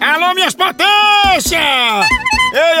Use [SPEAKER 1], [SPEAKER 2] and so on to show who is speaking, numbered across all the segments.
[SPEAKER 1] Atenção, minhas potências! Ei,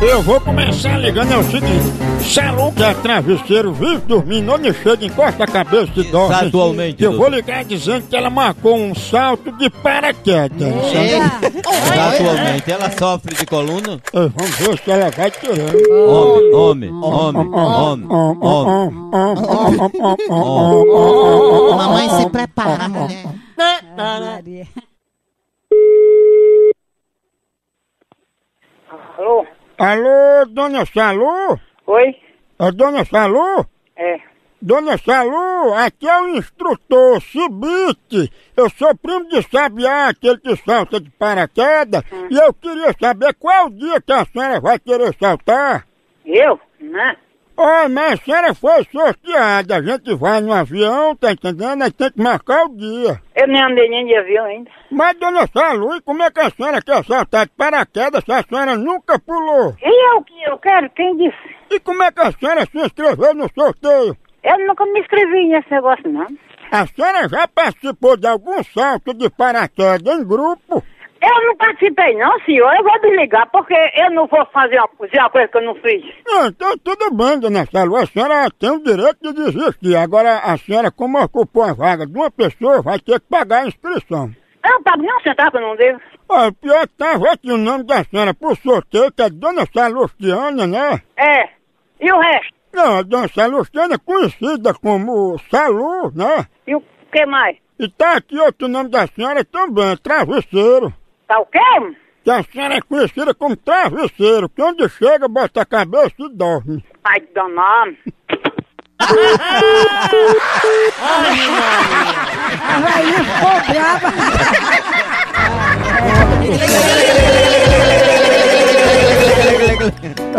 [SPEAKER 1] Eu vou começar ligando, é o seguinte: Salu, que é travesseiro, vive dormindo, onde chega, encosta a cabeça e dorme.
[SPEAKER 2] Exatamente.
[SPEAKER 1] Eu vou ligar dizendo que ela marcou um salto de paraquedas. sabe?
[SPEAKER 2] Atualmente, ela sofre de coluna?
[SPEAKER 1] Ei, Vamos ver se ela vai tirando.
[SPEAKER 2] Homem, homem, homem, homem, homem. homem.
[SPEAKER 3] Mamãe se prepara, mulher.
[SPEAKER 4] Ah, Maria!
[SPEAKER 5] Alô?
[SPEAKER 1] Alô, dona Salu?
[SPEAKER 5] Oi?
[SPEAKER 1] É dona Salu?
[SPEAKER 5] É.
[SPEAKER 1] Dona Salu, aqui é o instrutor Cibite. Eu sou primo de Sabiá, aquele que salta de paraquedas. E eu queria saber qual o dia que a senhora vai querer saltar.
[SPEAKER 5] Eu? Não.
[SPEAKER 1] Oi, mas a senhora foi sorteada. A gente vai no avião, tá entendendo? A gente tem que marcar o dia.
[SPEAKER 5] Eu nem andei nem de avião ainda.
[SPEAKER 1] Mas, dona Salu, e como é que a senhora quer saltar de paraquedas se a senhora nunca pulou?
[SPEAKER 5] E eu é que eu quero? Quem disse?
[SPEAKER 1] E como é que a senhora se inscreveu no sorteio?
[SPEAKER 5] Eu nunca me inscrevi nesse negócio, não.
[SPEAKER 1] A senhora já participou de algum salto de paraquedas em grupo?
[SPEAKER 5] Eu não participei, não, senhor. Eu vou desligar, porque eu não vou fazer uma, fazer uma coisa que eu não fiz.
[SPEAKER 1] Não, então tudo bem, dona Salu, a senhora tem o direito de desistir. Agora, a senhora, como ocupou a vaga de uma pessoa, vai ter que pagar a inscrição.
[SPEAKER 5] Eu não pago nem um centavo, eu não devo.
[SPEAKER 1] Ó, o pior que tava aqui o nome da senhora por sorteio, que é Dona Salustiana, né?
[SPEAKER 5] É. E o resto?
[SPEAKER 1] Não, a Dona Salustiana é conhecida como Salu, né?
[SPEAKER 5] E o que mais?
[SPEAKER 1] E tá aqui outro nome da senhora também, Travesseiro.
[SPEAKER 5] Tá o quê?
[SPEAKER 1] Que a senhora é conhecida como Travesseiro, que onde chega, bota a cabeça e dorme.
[SPEAKER 5] Ai, danado.
[SPEAKER 4] Ô brava!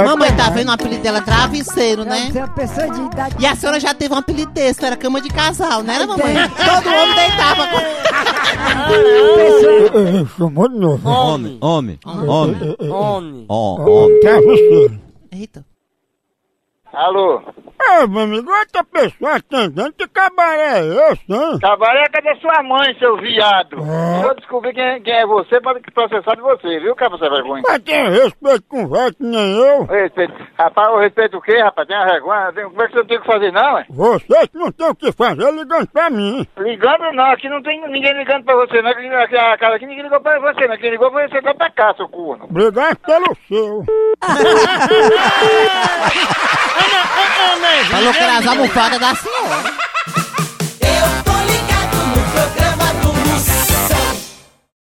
[SPEAKER 3] Mamãe tá vendo o apelido dela travesseiro, né?
[SPEAKER 4] Você é uma pessoa de idade.
[SPEAKER 3] E a senhora já teve um apelido desse, era cama de casal, né, mamãe? Todo homem deitava com.
[SPEAKER 1] Ei, ei, Chamou de novo.
[SPEAKER 2] Homem, homem, homem.
[SPEAKER 6] Homem.
[SPEAKER 2] Homem.
[SPEAKER 1] Travesseiro.
[SPEAKER 3] Eita.
[SPEAKER 6] Alô?
[SPEAKER 1] Ô, meu amigo, outra pessoa atendendo, que cabaré é esse, hein?
[SPEAKER 6] Cabaré, cadê sua mãe, seu viado? Se eu descobrir quem, quem é você, pode processar de você, viu, cara, você é vergonha?
[SPEAKER 1] Mas tem respeito com o velho que nem eu.
[SPEAKER 6] Eu respeito. Rapaz, eu respeito o quê, rapaz? Tem uma vergonha? Tem- Como é que você não tem o que fazer, não, é?
[SPEAKER 1] Vocês que não tem o que fazer ligando pra mim.
[SPEAKER 6] Ligando não, aqui não tem ninguém ligando pra você, não. Aqui, aqui, a casa aqui ninguém ligou pra você, não. Quem ligou foi você lá pra cá, seu corno.
[SPEAKER 1] Obrigado pelo seu.
[SPEAKER 3] Falou que era as almofadas da senhora.